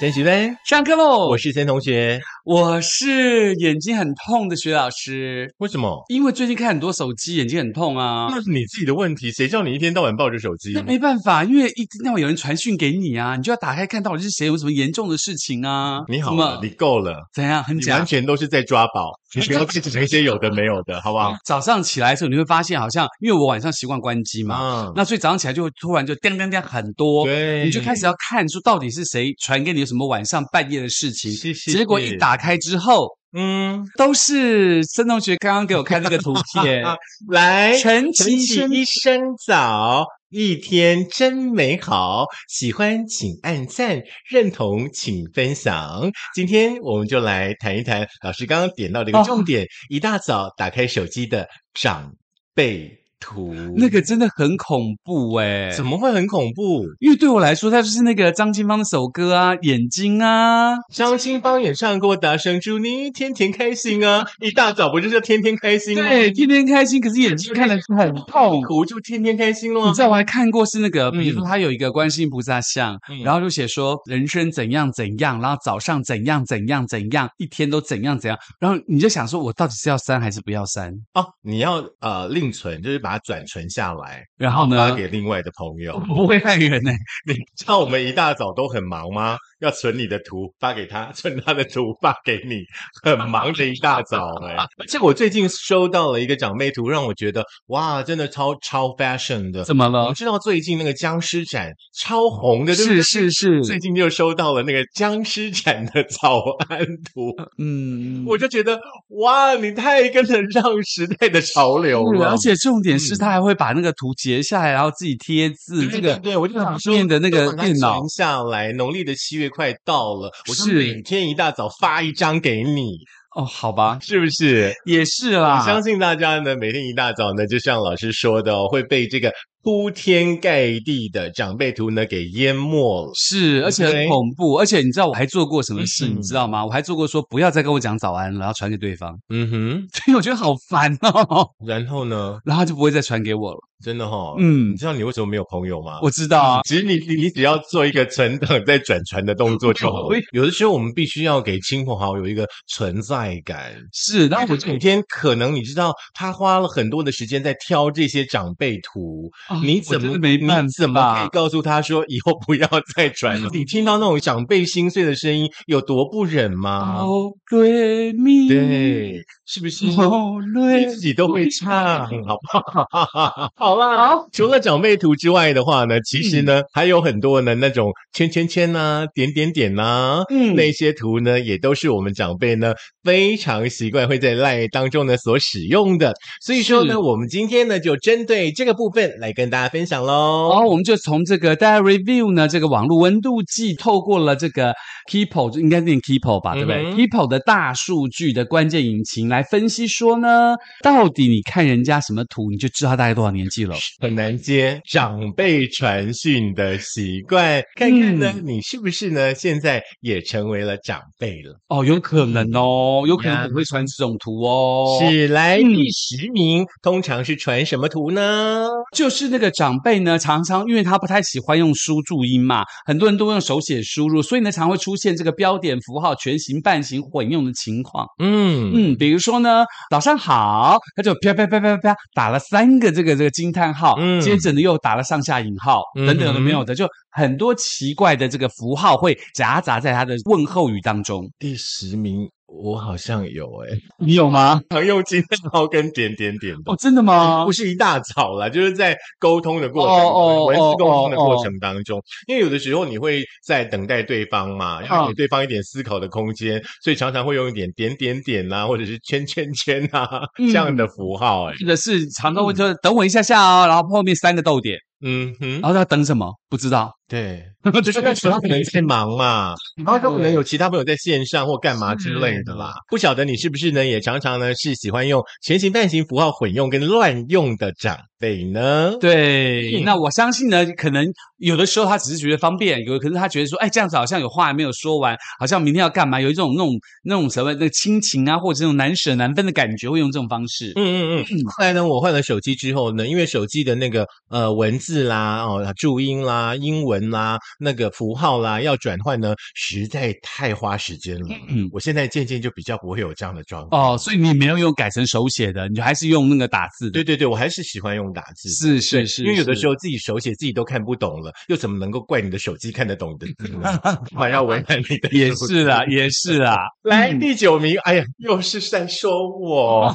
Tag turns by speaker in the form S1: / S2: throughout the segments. S1: 先起飞，
S2: 上课喽！
S1: 我是先同学。
S2: 我是眼睛很痛的学老师，
S1: 为什么？
S2: 因为最近看很多手机，眼睛很痛啊。
S1: 那是你自己的问题，谁叫你一天到晚抱着手机
S2: 那？没办法，因为一天到晚有人传讯给你啊，你就要打开看到底是谁有什么严重的事情啊。
S1: 你好
S2: 什
S1: 了
S2: 么，
S1: 你够了，
S2: 怎样？很
S1: 你完
S2: 假。
S1: 全都是在抓 宝，你不要去整一些有的没有的，好不好？
S2: 早上起来的时候，你会发现好像，因为我晚上习惯关机嘛，
S1: 嗯，
S2: 那所以早上起来就会突然就叮叮叮很多，
S1: 对，
S2: 啊你就开始要看说到底是谁传给你有什么晚上半夜的事情。
S1: 是，是
S2: 结果
S1: 是
S2: 一打开之后，
S1: 嗯，
S2: 都是森同学刚刚给我看那个图片，
S1: 来，
S2: 哎陈
S1: 晨
S2: 其
S1: 起
S2: 生
S1: 一身早，一天真美好。喜欢请按赞，认同请分享。今天我们就来谈一谈老师刚刚点到的一个
S2: 哦
S1: 重点：一大早打开手机的长辈图。
S2: 那个真的很恐怖哎、
S1: 怎么会很恐怖？
S2: 因为对我来说，它就是那个张清芳那首歌啊，眼睛啊，
S1: 张清芳也唱过，大声祝你天天开心啊！一大早不就是要天天开心吗？
S2: 对，天天开心，可是眼睛看的是很痛。
S1: 苦就天天开心
S2: 你
S1: 咯。
S2: 知道我还看过是那个，比
S1: 嗯
S2: 如说他有一个观世音菩萨像，
S1: 嗯
S2: 然后就写说人生怎样怎样，然后早上怎样怎样怎样，一天都怎样怎样，然后你就想说我到底是要删还是不要删？
S1: 哦，你要呃另存，就是把它转存下来，
S2: 然后
S1: 发
S2: 呢，
S1: 给另外的朋友
S2: 我。不会害人呢、
S1: 你知道我们一大早都很忙吗？要存你的图发给他，存他的图发给你，很忙的一大早 哎、而且我最近收到了一个长辈图，让我觉得哇，真的超超 fashion 的。
S2: 怎么
S1: 我
S2: 了
S1: 们？知道最近那个僵尸展超红的，对不对
S2: 是是是，
S1: 最近又收到了那个僵尸展的早安图，
S2: 嗯，
S1: 我就觉得哇，你太跟得上时代的潮流
S2: 是
S1: 了，
S2: 而且重点是
S1: 哦嗯
S2: 他还会把那个图截下来，然后自己贴字，这个
S1: 对我就想说
S2: 面的那
S1: 都
S2: 个
S1: 把它
S2: 电脑
S1: 存下来，农历的七月快到了，我就是每天一大早发一张给你，
S2: 哦，好吧，
S1: 是不是？
S2: 也是
S1: 我相
S2: 啦。
S1: 信大家呢，每天一大早呢，就像老师说的、哦，会被这个铺天盖地的长辈图呢给淹没了。
S2: 是，而且很
S1: OK
S2: 恐怖，而且你知道我还做过什么事，
S1: 嗯
S2: 你知道吗？我还做过说不要再跟我讲早安了，然后传给对方，
S1: 嗯哼，
S2: 所以我觉得好烦哦，
S1: 然后呢，
S2: 然后他就不会再传给我了。
S1: 真的哈、哦，嗯
S2: 嗯
S1: 你，知道你为什么没有朋友吗？
S2: 我知道啊，
S1: 其实你你你只要做一个存档再转传的动作就好了。有的时候我们必须要给亲朋好友一个存在感。
S2: 是，然后我
S1: 我
S2: 就
S1: 这每天可能你知道，他花了很多的时间在挑这些长辈图，
S2: 啊
S1: 你
S2: 我
S1: 怎
S2: 真
S1: 么
S2: 的没办
S1: 你怎么可以
S2: 法？嗯
S1: 告诉他说以后不要再转了？你听到那种长辈心碎的声音，有多不忍吗？
S2: 哦，对咪，
S1: 啊对，嗯是不是？
S2: 哦
S1: 你
S2: 对，
S1: 自己都会唱，好 不好？好啦，除了长辈图之外的话呢，其实
S2: 嗯
S1: 呢、还有很多呢那种圈圈圈呐、点点点呐、
S2: 嗯
S1: 那些图呢也都是我们长辈呢非常习惯会在赖当中呢所使用的。所以说呢，
S2: 是
S1: 我们今天呢就针对这个部分来跟大家分享喽。
S2: 然后哦我们就从这个大家 review 呢，这个网络温度计，透过了这个 Keepo，就应该念 Keepo 吧，对不对
S1: 嗯哼
S2: ？Keepo 的大数据的关键引擎来分析说呢，到底你看人家什么图，你就知道大概多少年纪了。
S1: 很难接长辈传讯的习惯，看看呢，
S2: 嗯
S1: 你是不是呢？现在也成为了长辈了。
S2: 哦，有可能哦，有可能
S1: 呀
S2: 我会传这种图哦。。
S1: 嗯是来
S2: 嗯
S1: 第十名，通常是传什么图呢？
S2: 就是那个长辈呢，常常因为他不太喜欢用输注音嘛，很多人都用手写输入，所以呢，常会出现这个标点符号、全形、半形混用的情况。
S1: 嗯
S2: 嗯，比如说呢，早上好，他就啪啪啪啪啪打了三个这个这个惊叹号，
S1: 嗯
S2: 接着呢又打了上下引号，等等
S1: 嗯
S2: 的
S1: 哼
S2: 没有的，就很多奇怪的这个符号会夹杂在他的问候语当中。
S1: 第十名我好像有哎诶、
S2: 你有吗？
S1: 常用惊叹号跟点点点的
S2: 哦，。真的吗
S1: 不？是一大早啦，就是在沟通的过程中，
S2: 哦哦
S1: 文字沟通的
S2: 哦哦嗯
S1: 过程当中，因为有的时候你会在等待对方嘛，要给对方一点思考的空间，所以常常会用一点点点点啊，或者是圈圈圈啊、
S2: 嗯
S1: 这样的符号、哎，
S2: 或者是常常会说等我一下下哦，然后后面三个逗点，
S1: 嗯哼，
S2: 然后他等什么不知道，
S1: 对，
S2: 哦 就是
S1: 那时候可 能在忙嘛，然后就可能有其他朋友在线上或干嘛
S2: 是
S1: 之类的啦。不晓得你是不是呢，也常常呢是喜欢用全形、半形符号混用跟乱用的长辈 呢？
S2: 对，
S1: 嗯
S2: 那我相信呢，可能有的时候他只是觉得方便，有可是他觉得说，哎，这样子好像有话还没有说完，好像明天要干嘛，有一种那种那种什么那个亲情啊，或者这种难舍难分的感
S1: 嗯
S2: 觉，会用这种方式。
S1: 嗯嗯嗯。后来呢，我换了手机之后呢，因为手机的那个呃文字字啦、哦注音啦、英文啦、那个符号啦，要转换呢，实在太花时间了。
S2: 嗯
S1: 我现在渐渐就比较不会有这样的状况。
S2: 哦，所以你没有用改成手写的，你就还是用那个打字的。
S1: 对对对，我还是喜欢用打字。
S2: 是
S1: 对
S2: 是是，
S1: 因为有的时
S2: 候
S1: 候自己手写自己都看不懂了，又怎么能够怪你的手机看得 懂的 字呢？还要为难你的
S2: 也
S1: 手
S2: 是
S1: 机
S2: 啦，也是啦，
S1: 来
S2: 嗯
S1: 第九名，哎呀，又是在说 我。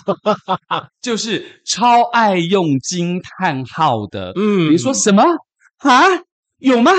S2: 就是超爱用惊叹号的。
S1: 嗯
S2: 你说什么啊？有吗？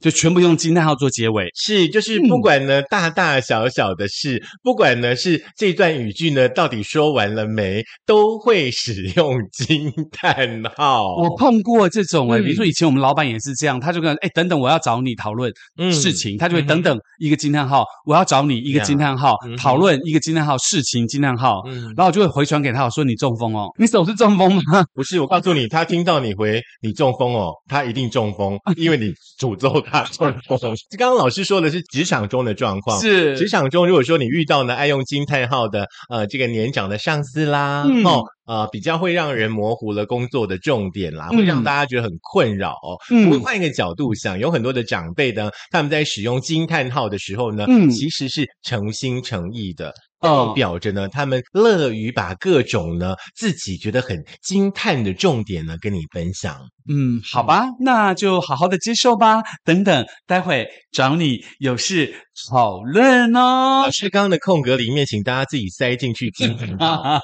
S2: 就全部用惊叹号做结尾。
S1: 是，就是
S2: 嗯
S1: 不管呢大大小小的事，不管呢是这段语句呢到底说完了没，都会使用惊叹号。
S2: 我碰过这种诶、
S1: 嗯
S2: 比如说以前我们老板也是这样，他就跟哎、等等，我要找你讨论
S1: 嗯
S2: 事情，他就会
S1: 嗯哼
S2: 等等一个惊叹号，我要找你一个
S1: 呀
S2: 惊叹号，
S1: 嗯哼
S2: 讨论一个惊叹号，事情惊叹号，
S1: 嗯，
S2: 然后我就会回传给他，我说你中风哦， 你手是中风吗？
S1: 不是，我告诉你，他听到你回你中风哦，他一定中风，因为你诅咒他中 风。 刚刚老师说的是职场中的状况，
S2: 是
S1: 职场中，如果说你遇到呢爱用惊叹号的呃这个年长的上司啦，
S2: 嗯
S1: 哦呃比较会让人模糊了工作的重点啦，
S2: 嗯
S1: 会让大家觉得很困扰哦。
S2: 嗯
S1: 不过换一个角度想，有很多的长辈呢，他们在使用惊叹号的时候呢，
S2: 嗯
S1: 其实是诚心诚意的。
S2: 哦
S1: 代表着呢，他们乐于把各种呢自己觉得很惊叹的重点呢跟你分享。
S2: 嗯，好吧，那就好好的接受吧。等等，待会找你有事讨论哦
S1: 老。师刚刚的空格里面，请大家自己塞进去 听，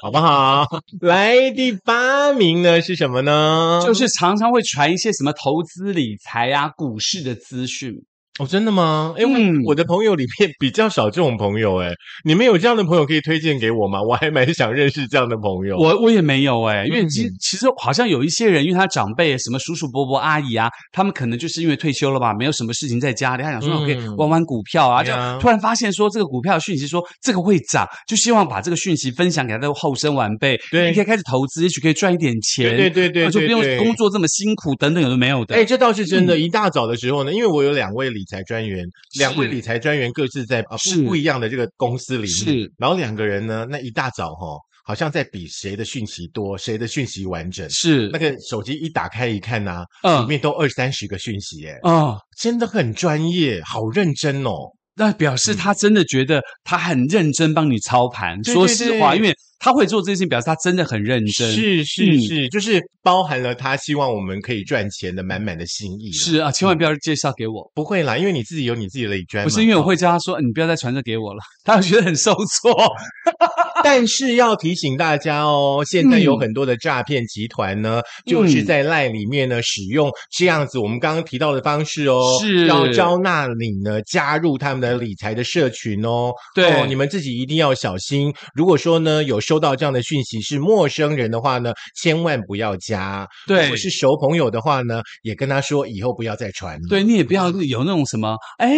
S1: 好不好？来，第八名呢是什么呢？
S2: 就是常常会传一些什么投资理财啊、股市的资讯，
S1: 哦，真的吗？哎、我
S2: 嗯
S1: 我的朋友里面比较少这种朋友、哎，你们有这样的朋友可以推荐给我吗？我还蛮想认识这样的朋友。
S2: 我我也没有哎、因为其
S1: 嗯
S2: 其实好像有一些人，因为他长辈什么叔叔伯伯阿姨啊，他们可能就是因为退休了吧，没有什么事情在家里，他想说
S1: 嗯
S2: 我可以玩玩股票啊，
S1: 对啊
S2: 就突然发现说这个股票的讯息说这个会涨，就希望把这个讯息分享给他的后生晚辈，
S1: 对
S2: 你可以开始投资，也许可以赚一点钱，
S1: 对对对对
S2: 啊就不用
S1: 对
S2: 工作这么辛苦等等，有的没有的。嗯
S1: 哎、这倒是真的。一大早的时候呢，因为我有两位理财专员，两位
S2: 是
S1: 理财专员各自在啊
S2: 是
S1: 不不一样的这个公司里面，
S2: 是
S1: 然后两个人呢，那一大早哈、好像在比谁的讯息多，谁的讯息完整。
S2: 是
S1: 那个手机一打开一看呐、里
S2: 嗯
S1: 面都二三十个讯息，哎，
S2: 哦，
S1: 真的很专业，好认真哦。
S2: 那表示他真的觉得他很认真帮你操盘。
S1: 对
S2: 说
S1: 对
S2: 实
S1: 对
S2: 话，因为他会做这件事情，表示他真的很认真。
S1: 是是
S2: 嗯
S1: 是，就是包含了他希望我们可以赚钱的满满的心意。
S2: 是啊，千万不要介绍给我。
S1: 不会啦，因为你自己有你自己的理专嘛。
S2: 不是因为我会叫他说，你不要再传这给我了， 他会觉得很受 挫。
S1: 但是要提醒大家哦，现在
S2: 嗯
S1: 有很多的诈骗集团呢，就是在赖里面呢使用这样子我们刚刚提到的方式哦，
S2: 是
S1: 要招纳你呢加入他们的理财的社群哦。
S2: 对
S1: 哦，你们自己一定要小心。如果说呢有收到这样的讯息是陌生人的话呢，千万不要加。
S2: 对
S1: 如果是熟朋友的话呢，也跟他说以后不要再传了。
S2: 对你也不要有那种什么，哎，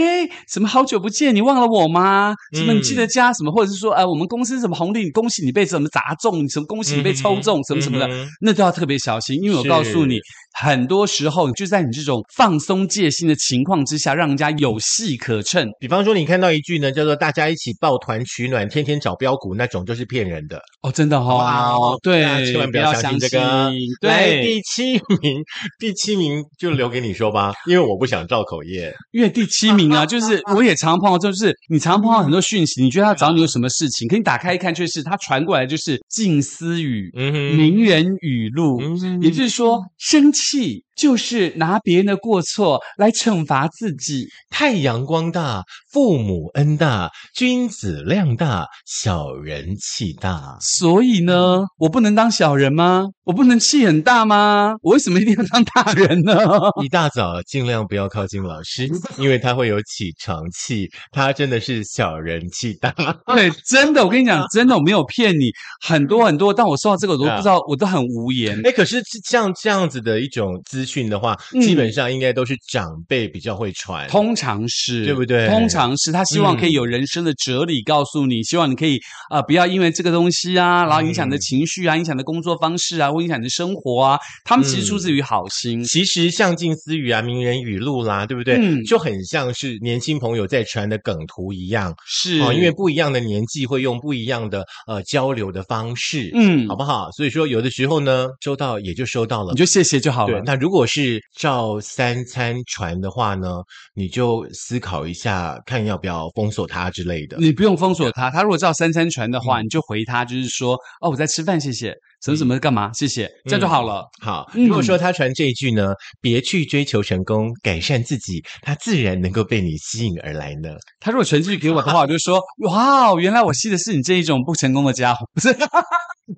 S2: 什么好久不见，你忘了我吗？什么你
S1: 嗯
S2: 记得加什么，或者是说，哎，我们公司什么红利，恭喜你被什么砸中，什么恭喜你被抽中，什么什么的。
S1: 嗯哼
S2: 那都要特别小心，因为我
S1: 是
S2: 告诉你，很多时候就在你这种放松戒心的情况之下，让人家有戏可乘。
S1: 比方说，你看到一句呢，叫做“大家一起抱团取暖，天天找标股”，那种就是骗人的。
S2: 哦，真的
S1: 好不好
S2: 哦，对
S1: 大家，千万不要
S2: 相
S1: 信这个。来
S2: 对，
S1: 第七名， 第七名就留给你说吧，因为我不想造口业。
S2: 因为第七名啊，就是我也常碰到，就是你常碰到很多讯息，你觉得他找你有什么事情，可你打开一看，却是他传过来就是近思语、
S1: 嗯
S2: 名人语录，
S1: 哼
S2: 也就是说，生气就是拿别人的过错来惩罚自己。
S1: 太阳光大，父母恩大，君子量大，小人气大。
S2: 所以呢，我不能当小人吗？我不能气很大吗？我为什么一定要当大人呢？
S1: 一大早尽量不要靠近老 师，因为他会有起床气，他真的是小人气大。
S2: 对，真的，我跟你讲，真的，我没有骗你，很多很多。但我收到这个，我都不知道，我都很无言。
S1: 哎，可是像这样子的一种资讯的话，
S2: 嗯
S1: 基本上应该都是长辈比较会传。
S2: 通常是
S1: 对不对
S2: 通常是他希望可以有人生的哲理告诉你，希望你可以啊、呃不要因为这个东西啊，然后影响你的
S1: 嗯
S2: 情绪啊，影响你的工作方式啊，或影响你的生活啊。他们其实出自于好心，
S1: 其实像近思语啊、名人语录啦，对不对？
S2: 嗯
S1: 就很像是年轻朋友在传的梗图一样
S2: 是
S1: 哦，因为不一样的年纪会用不一样的呃交流的方式，
S2: 嗯
S1: 好，不好？所以说有的时候呢，收到也就收到了
S2: 你。就谢谢就好
S1: 对
S2: 了，。
S1: 那如果是照三餐传的话呢，你就思考一下，看要不要封锁他之类的。
S2: 你不用封锁他，他如果照三餐传的
S1: 嗯
S2: 话，你就回他，就是说哦，我在吃饭，谢谢，什么什么干
S1: 嗯
S2: 嘛，谢谢，这样就好了。
S1: 好，
S2: 嗯
S1: 如果说他传这一句呢，别去追求成功，改善自己，他自然能够被你吸引而来呢。
S2: 他如果传出去给我 的话，我就说哇哦，原来我吸的是你这一种不成功的家伙，不是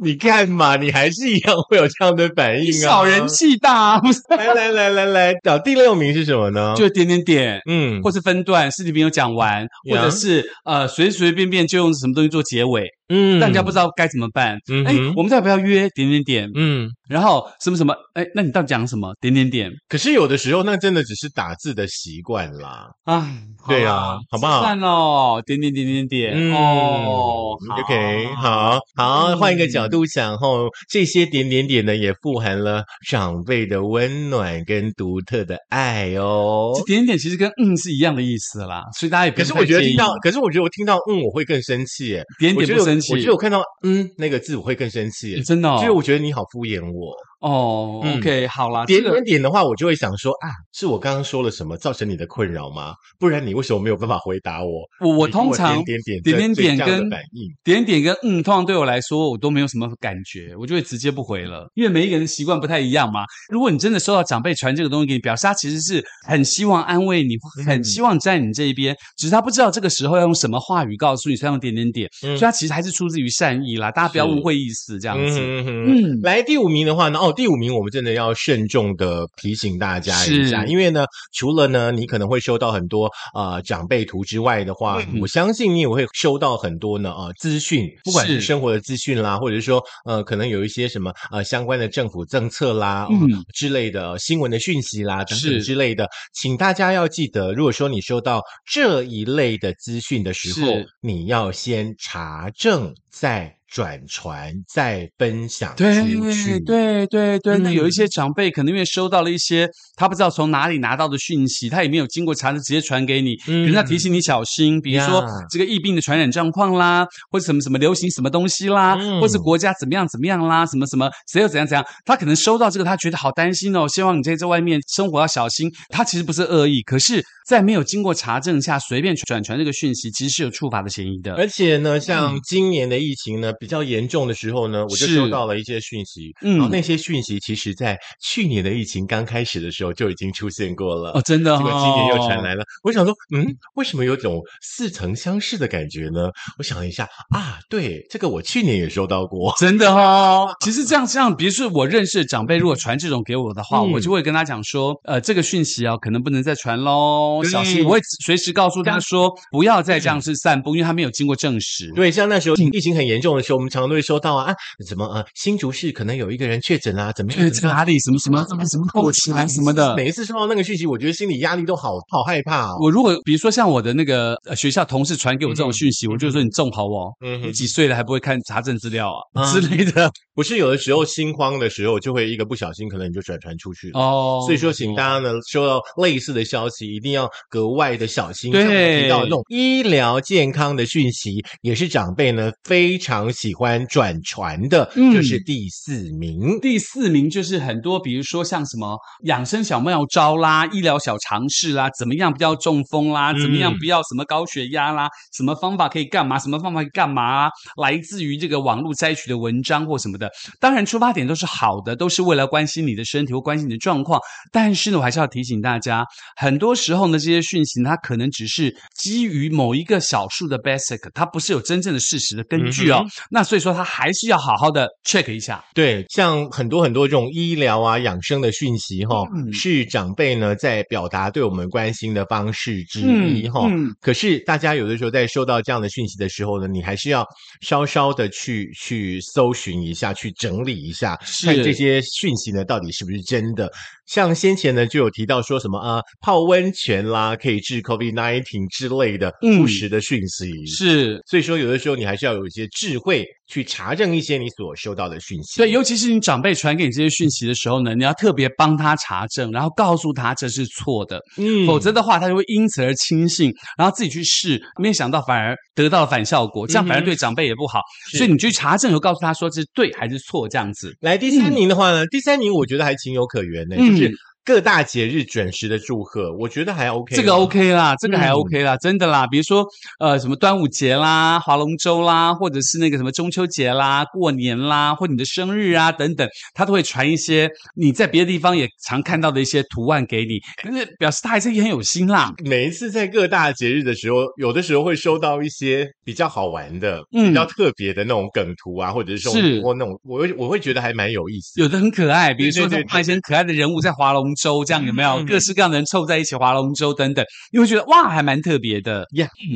S1: 你看嘛，你还是一样会有这样的反 应啊！
S2: 小人气大、啊，不是
S1: 来来来来来，找第六名是什么呢？
S2: 就点点点。
S1: 嗯，
S2: 或是分段，事情没有讲完，或者
S1: Yeah
S2: 是呃随随便便就用什么东西做结尾，
S1: 嗯
S2: 大家不知道该怎么办。
S1: 嗯
S2: 哎、
S1: 哼
S2: 我们到底要不要约点点点？
S1: 嗯。
S2: 然后什么什么？哎，那你到底讲什么？点点点
S1: 可是有的时候，那真的只是打字的习惯啦。
S2: 啊？
S1: 对啊好不好嗯
S2: 算喽，点点点点点、哦。好
S1: ，OK，好好
S2: 嗯
S1: 换一个角度想吼，这些点点点呢，也富含了长辈的温暖跟独特的爱哦
S2: 这。点点点其实跟嗯是一样的意思啦，所以大家也不
S1: 可
S2: 用
S1: 是我觉得
S2: 太介
S1: 听
S2: 意
S1: 到，可是我觉得我听到嗯，我会更生气耶。
S2: 点
S1: 我
S2: 点
S1: 觉
S2: 点
S1: 得
S2: 不
S1: 我
S2: 生气，
S1: 我觉得我看到嗯那个字，我会更生气耶。
S2: 真的哦
S1: 就是我觉得你好敷衍我。
S2: 哦、
S1: 嗯
S2: o k 好啦，
S1: 点
S2: 这个
S1: 点点的话，我就会想说啊，是我刚刚说了什么造成你的困扰吗？不然你为什么没有办法回答我？
S2: 我我
S1: 你
S2: 通常
S1: 点点
S2: 点点
S1: 点这
S2: 点
S1: 这样的
S2: 跟
S1: 反应。
S2: 点点跟嗯，通常对我来说，我都没有什么感觉，我就会直接不回了，因为每一个人习惯不太一样嘛。如果你真的收到长辈传这个东西给你，表示他其实是很希望安慰你，很希望站你这一边，只是他不知道这个时候要用什么话语告诉你，所以他用点点点，
S1: 嗯
S2: 所以他其实还是出自于善意啦，大家不要误会意思这样子。
S1: 嗯哼哼
S2: 嗯
S1: 来第五名的话呢，哦，第五名我们真的要慎重的提醒大家一下，
S2: 是
S1: 因为呢，除了呢你可能会收到很多呃长辈图之外的话，
S2: 嗯
S1: 我相信你也会收到很多呢呃资讯，不管是
S2: 是
S1: 生活的资讯啦，或者是说呃可能有一些什么呃相关的政府政策啦、呃
S2: 嗯
S1: 之类的新闻的讯息啦等等
S2: 是
S1: 之类的，请大家要记得，如果说你收到这一类的资讯的时候
S2: 是，
S1: 你要先查证再。转传再分享出去
S2: 对。对对对，那
S1: 嗯
S2: 有一些长辈可能因为收到了一些他不知道从哪里拿到的讯息，他也没有经过查证，直接传给你。比如他提醒你小心，比如说
S1: 嗯呀
S2: 这个疫病的传染状况啦，或者什么什么流行什么东西啦，
S1: 嗯
S2: 或是国家怎么样怎么样啦，什么什么谁又怎样怎样，他可能收到这个，他觉得好担心哦，希望你在这外面生活要小心。他其实不是恶意，可是，在没有经过查证下随便转传这个讯息，其实是有处罚的嫌疑的。
S1: 而且呢，
S2: 嗯
S1: 像今年的疫情呢、比较严重的时候呢，我就是收到了一些讯息，
S2: 嗯
S1: 然后那些讯息其实在去年的疫情刚开始的时候就已经出现过了。
S2: 哦，真的、哦，
S1: 结果今年又传来了，我想说，嗯，为什么有种似曾相识的感觉呢？我想了一下啊，对，这个我去年也收到 过，
S2: 真的 哦，其实这样这样，比如说我认识的长辈，如果传这种给我的话，
S1: 嗯
S2: 我就会跟他讲说，呃，这个讯息啊，可能不能再传喽，
S1: 对
S2: 小心！我会随时告诉他说，不要再这样去散步，因为他没有经过证实。
S1: 对，像那时候疫情很严重的时候，我们常常都会收到啊，啊，怎么呃，新竹市可能有一个人确诊啊，怎么样？
S2: 对，
S1: 怎
S2: 这
S1: 么样
S2: 个哪里什么什么什么什么过起来什么的。
S1: 每一次收到那个讯息，我觉得心理压力都好好害怕哦。
S2: 我如果比如说像我的那个呃学校同事传给我这种讯息，我就说你中好哦，
S1: 嗯哼
S2: 你几岁了还不会看查证资料啊
S1: 啊
S2: 之类的
S1: 不是有的时候心慌的时候，就会一个不小心，可能你就转传出去了。
S2: 哦。
S1: 所以说，请大家呢收到类似的消息，一定要格外的小心。
S2: 对
S1: 像我提到那种医疗健康的讯息，也是长辈呢非常喜欢转传的，
S2: 嗯
S1: 就是第四名。
S2: 第四名就是很多，比如说像什么养生小妙招啦、医疗小常识啦，怎么样不要中风啦，
S1: 嗯
S2: 怎么样不要什么高血压啦，什么方法可以干嘛，什么方法可以干嘛、啊，来自于这个网络摘取的文章或什么的。当然，出发点都是好的，都是为了关心你的身体或关心你的状况。但是呢，我还是要提醒大家，很多时候呢，这些讯息呢它可能只是基于某一个小数的 basic，它不是有真正的事实的根据哦。
S1: 嗯
S2: 那所以说，它还是要好好的 check 一下。
S1: 对，像很多很多这种医疗啊、养生的讯息哈、
S2: 嗯
S1: 是长辈呢在表达对我们关心的方式之一哈、
S2: 嗯嗯
S1: 可是大家有的时候在收到这样的讯息的时候呢，你还是要稍稍的去去搜寻一下，去整理一下，
S2: 是
S1: 看这些讯息呢到底是不是真的。像先前呢就有提到说什么啊、泡温泉啦可以治 COVID nineteen 之类的
S2: 嗯
S1: 不实的讯息、。
S2: 是，
S1: 所以说，有的时候你还是要有一些智慧会去查证一些你所收到的讯息。
S2: 对，尤其是你长辈传给你这些讯息的时候呢，你要特别帮他查证，然后告诉他这是错的，
S1: 嗯
S2: 否则的话他就会因此而轻信，然后自己去试，没有想到反而得到了反效果，这样反而
S1: 嗯哼
S2: 对长辈也不好。
S1: 是
S2: 所以你去查证以后，告诉他说这是对还是错，这样子。
S1: 来第三名的话呢，第三名我觉得还情有可原的、
S2: 嗯
S1: 就是各大节日准时的祝贺，我觉得还 OK 啊。
S2: 这个 OK 啦，这个还
S1: 嗯
S2: OK 啦，真的啦。比如说，呃，什么端午节啦、划龙舟啦，或者是那个什么中秋节啦、过年啦，或你的生日啊等等，他都会传一些你在别的地方也常看到的一些图案给你，那表示他还是很有心啦。
S1: 每一次在各大节日的时候，有的时候会收到一些比较好玩的、
S2: 嗯
S1: 比较特别的那种梗图啊，或者是
S2: 是
S1: 或那种，我会我会觉得还蛮有意思。
S2: 有的很可爱，比如说
S1: 对对
S2: 他
S1: 对
S2: 画一些很可爱的人物在划龙舟，这样有没有？
S1: 嗯
S2: 各式各样的人凑在一起划龙舟等等，你会觉得哇，还蛮特别的。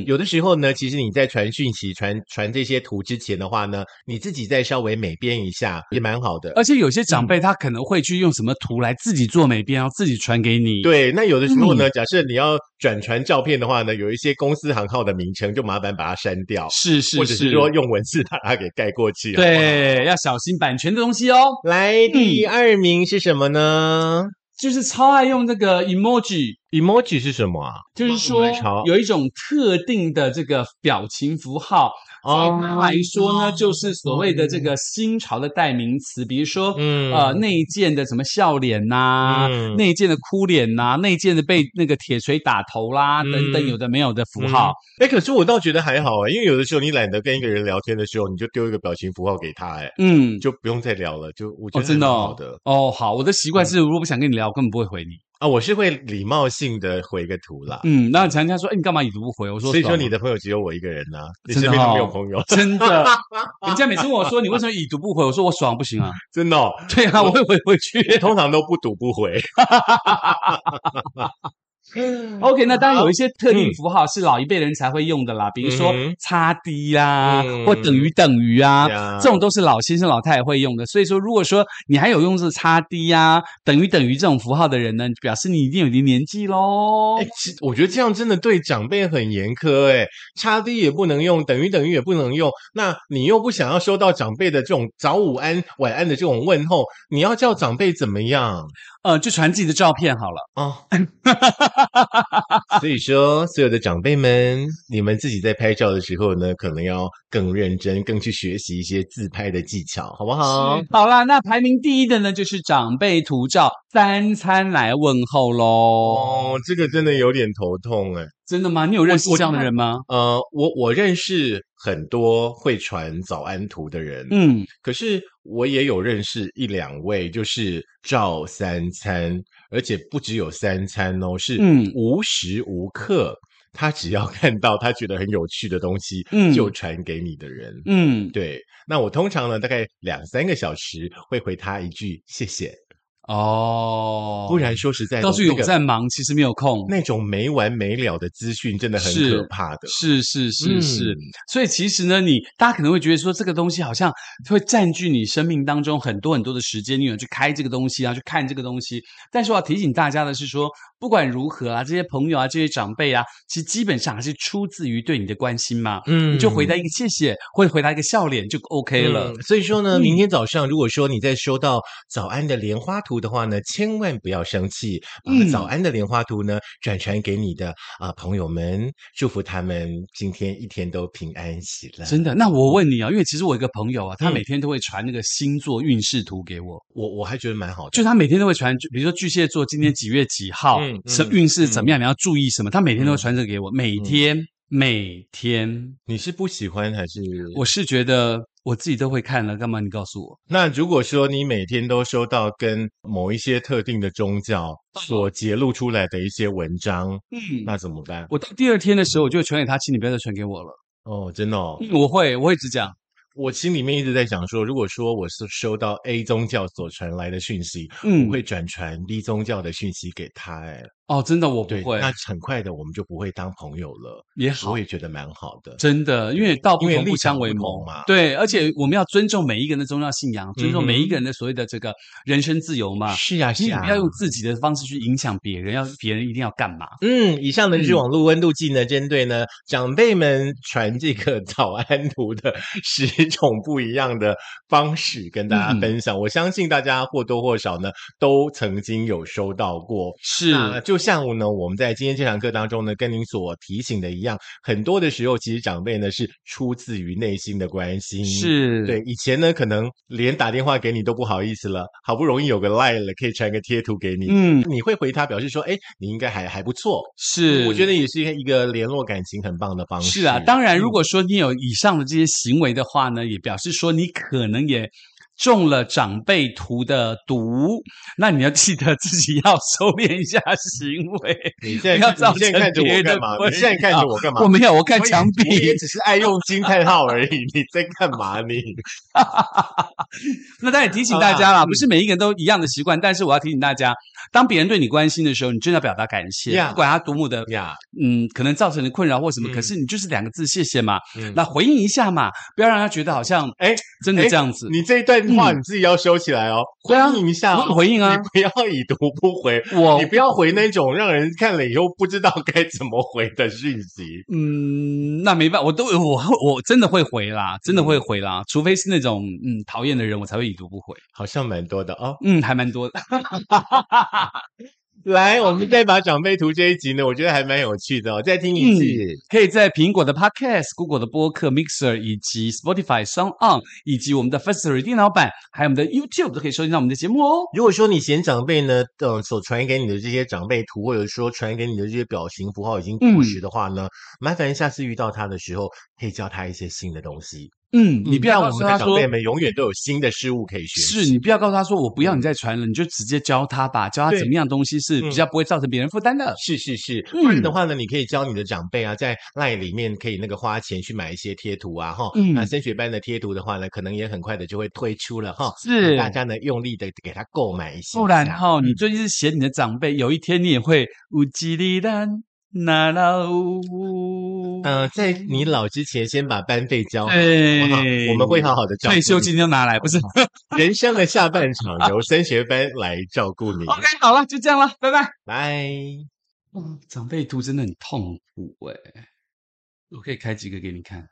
S1: 有的时候呢，其实你在传讯息、传传这些图之前的话呢，你自己再稍微美编一下也蛮好的。
S2: 而且有些长
S1: 嗯
S2: 辈他可能会去用什么图来自己做美编，然后自己传给你。
S1: 对，那有的时候呢，假设你要转传照片的话呢，有一些公司行号的名称就麻烦把它删掉，
S2: 是是
S1: 或者是说用文字把它给盖过去。好不好，
S2: 对，要小心版权的东西哦。
S1: 来第二名是什么呢、
S2: 就是超爱用那个 emoji，
S1: e m o j i 是什么啊？
S2: 就是
S1: 我
S2: 说
S1: 们来查
S2: 有一种特定的这个表情符号，
S1: 哦
S2: 对它来说呢，就是所谓的这个新潮的代名词，比如说。
S1: 嗯
S2: 呃，内建的什么笑脸呐、
S1: 嗯
S2: 内建的哭脸呐、内建的被那个铁锤打头啦，
S1: 嗯
S2: 等等，有的没有的符号，
S1: 哎、可是我倒觉得还好啊，因为有的时候你懒得跟一个人聊天的时候，你就丢一个表情符号给他、哎，
S2: 嗯，
S1: 就不用再聊了。就我觉
S2: 哦，
S1: 得
S2: 真的
S1: 还蛮好
S2: 哦
S1: 的，
S2: 哦，好，我的习
S1: 嗯
S2: 惯是，如果不想跟你聊，我根本不会回你，
S1: 啊，我是会礼貌性的回个图啦。
S2: 嗯，然后常常说，哎，你干嘛已读不回？我说，
S1: 所以说
S2: 爽
S1: 你的朋友只有我一个人呐、你
S2: 真
S1: 身
S2: 的
S1: 边都
S2: 哦
S1: 没有朋友，
S2: 真 的，人家每次问我说你为什么已读不回，我说我爽不行啊。
S1: 真的、哦。
S2: 对啊，我会回回去。
S1: 因为通常都不读不回，
S2: OK，那当然有一些特定符号是老一辈人才会用的啦，比如说
S1: 嗯哼
S2: 叉 D 啦，
S1: 嗯
S2: 或等于等于啊
S1: 呀，
S2: 这种都是老先生老太太会用的。所以说，如果说你还有用这叉 D 啊、等于等于这种符号的人呢，表示你一定有一定年纪喽
S1: 哎、。其实我觉得这样真的对长辈很严苛、哎，叉 D 也不能用，等于等于也不能用。那你又不想要收到长辈的这种早午安、晚安的这种问候，你要叫长辈怎么样
S2: 呃，就传自己的照片好了。
S1: 啊？ 所以说，所有的长辈们，你们自己在拍照的时候呢，可能要更认真，更去学习一些自拍的技巧，好不好？
S2: 好啦，那排名第一的呢，就是长辈图照三餐来问候喽。
S1: 哦，这个真的有点头痛哎、
S2: 真的吗？你有认识
S1: 我
S2: 这样的人吗？
S1: 呃，我我认识很多会传早安图的人，
S2: 嗯，
S1: 可是我也有认识一两位，就是照三餐，而且不只有三餐哦，是
S2: 嗯
S1: 无时无刻，他只要看到他觉得很有趣的东西，
S2: 嗯
S1: 就传给你的人。
S2: 嗯，
S1: 对，那我通常呢，大概两三个小时会回他一句谢谢，
S2: 哦，
S1: 不然说实在的，
S2: 告诉
S1: 那
S2: 有
S1: 个
S2: 在忙，其实没有空。
S1: 那种没完没了的资讯，真的很
S2: 是
S1: 可怕的。
S2: 是是是是，
S1: 嗯
S2: 所以其实呢，你大家可能会觉得说，这个东西好像会占据你生命当中很多很多的时间，你有去开这个东西啊，去看这个东西。但是我要提醒大家的是说，不管如何啊，这些朋友啊，这些长辈啊，其实基本上还是出自于对你的关心嘛。
S1: 嗯
S2: 你就回答一个谢谢，或者回答一个笑脸就 OK 了。
S1: 嗯所以说呢，
S2: 嗯
S1: 明天早上如果说你在收到早安的莲花图的话呢，千万不要生气，把
S2: 嗯
S1: 早安的莲花图呢转传给你的啊、朋友们，祝福他们今天一天都平安喜乐。
S2: 真的，那我问你啊，因为其实我有一个朋友啊，他
S1: 嗯
S2: 每天都会传那个星座运势图给我，
S1: 我我还觉得蛮好的
S2: 就。他每天都会传，比如说巨蟹座今天几月几号
S1: 嗯，
S2: 什、
S1: 嗯
S2: 运势怎么样，你要注意什么，他每天都会传这个给我，每天、每天，
S1: 你是不喜欢还是
S2: 我是觉得我自己都会看了，干嘛你告诉我？
S1: 那如果说你每天都收到跟某一些特定的宗教所揭露出来的一些文章，
S2: 哦嗯
S1: 那怎么办？
S2: 我到第二天的时候，我就会传给他，请你不要再传给我了。
S1: 哦，真的哦，
S2: 嗯我会，我会只讲。
S1: 我心里面一直在想说，如果说我是收到 A 宗教所传来的讯息，
S2: 嗯
S1: 我会转传 B 宗教的讯息给他、哎，
S2: 哦，真的我不
S1: 对，
S2: 会，
S1: 那很快的我们就不会当朋友了，
S2: 也好
S1: 我。也觉得蛮好的。
S2: 真的，因为道不
S1: 因为
S2: 同
S1: 立
S2: 不相
S1: 场
S2: 为
S1: 不
S2: 谋
S1: 同嘛
S2: 对，而且我们要尊重每一个人的宗教信仰，尊重
S1: 嗯哼
S2: 每一个人的所谓的这个人身自由嘛。
S1: 是呀、
S2: 啊你
S1: 是啊
S2: 也
S1: 呀、
S2: 不要用自己的方式去影响别人，要别人一定要干嘛？
S1: 嗯，以上呢是
S2: 嗯
S1: 网络温度计呢，针对呢长辈们传这个早安图的十种不一样的方式跟大家分享。
S2: 嗯
S1: 我相信大家或多或少呢都曾经有收到过。
S2: 是
S1: 那就像呢，我们在今天这堂课当中呢，跟您所提醒的一样，很多的时候其实长辈呢是出自于内心的关心，
S2: 是，
S1: 对，以前呢，可能连打电话给你都不好意思了，好不容易有个 line 了，可以传个贴图给你，
S2: 嗯，
S1: 你会回他表示说，哎，你应该还还不错，
S2: 是，
S1: 我觉得也是一个联络感情很棒的方式。
S2: 是啊，当
S1: 嗯
S2: 然，如果说你有以上的这些行为的话呢，也表示说你可能也中了长辈图的毒，那你要记得自己要收敛一下行为。
S1: 你现
S2: 不要
S1: 在
S2: 造
S1: 看你现在
S2: 成
S1: 看着
S2: 别
S1: 我
S2: 人的
S1: 干嘛？
S2: 困
S1: 你现在看着我干嘛？
S2: 我没有，我看
S1: 我也
S2: 墙
S1: 我
S2: 壁
S1: 也。只是爱用惊叹号而已。你在干嘛 你？
S2: 那当然也提醒
S1: 啊
S2: 大家啦，
S1: 嗯
S2: 不是每一个人都一样的习惯，但是我要提醒大家，当别人对你关心的时候，你真的要表达感谢，
S1: Yeah
S2: 不管他多么的
S1: 呀，
S2: 嗯，可能造成的困扰或什么，
S1: 嗯
S2: 可是你就是两个字谢谢嘛，
S1: 嗯
S2: 那回应一下嘛，不要让他觉得好像
S1: 哎
S2: 真的
S1: 哎
S2: 这样子。
S1: 你这一段话
S2: 嗯
S1: 你自己要收起来哦，回
S2: 对啊
S1: 应一下哦，
S2: 我有回应啊哦
S1: 你不要已读不回。
S2: 我
S1: 你不要回那种让人看了以后不知道该怎么回的讯息。
S2: 嗯，那没办法，我都我我真的会回
S1: 嗯
S2: 啦，真的会回啦，除非是那种嗯讨厌的人，我才会已读不回。
S1: 好像蛮多的哦。
S2: 嗯，还蛮多的。
S1: 来，我
S2: 嗯
S1: 们再把长辈图这一集呢，我觉得还蛮有趣的哦，再听
S2: 嗯
S1: 一次。
S2: 可以在苹果的 Podcast、Google 的播客 Mixer 以及 Spotify、Sound On 以及我们的 Firstory 电脑版，还有我们的 YouTube 都可以收听到我们的节目哦。
S1: 如果说你嫌长辈呢，嗯，所传给你的这些长辈图，或者说传给你的这些表情符号已经过
S2: 嗯
S1: 时的话呢，麻烦下次遇到他的时候，可以教他一些新的东西。
S2: 嗯，你不
S1: 让
S2: 要告
S1: 我
S2: 诉
S1: 们
S2: 他
S1: 的长
S2: 说
S1: 辈。们永远都有新的事物可以学习。嗯
S2: 是你不要告诉他说我不要你再传了，你就直接教他吧，教他
S1: 对嗯
S2: 怎么样东西是比较不会造成别人负担的。
S1: 是是是，
S2: 嗯
S1: 不然的话呢，你可以教你的长辈啊，在赖里面可以那个花钱去买一些贴图啊，哈，
S2: 嗯
S1: 那升学班的贴图的话呢，可能也很快的就会推出了哈，
S2: 是
S1: 大家呢用力的给他购买一些，
S2: 不然哈、
S1: 嗯
S2: 你最近是嫌你的长辈，有一天你也会乌吉里兰那拉乌。
S1: 嗯、在你老之前先把班费交好，好不好
S2: 对，
S1: 我们会好好的照顾
S2: 退休
S1: 你。
S2: 金都拿来，不是
S1: 人生的下半场由升学班来照顾你，
S2: ？OK，好 了，就这样了，拜拜。
S1: 拜。嗯
S2: 欸哇，长辈图真的很痛苦哎、我可以开几个给你看。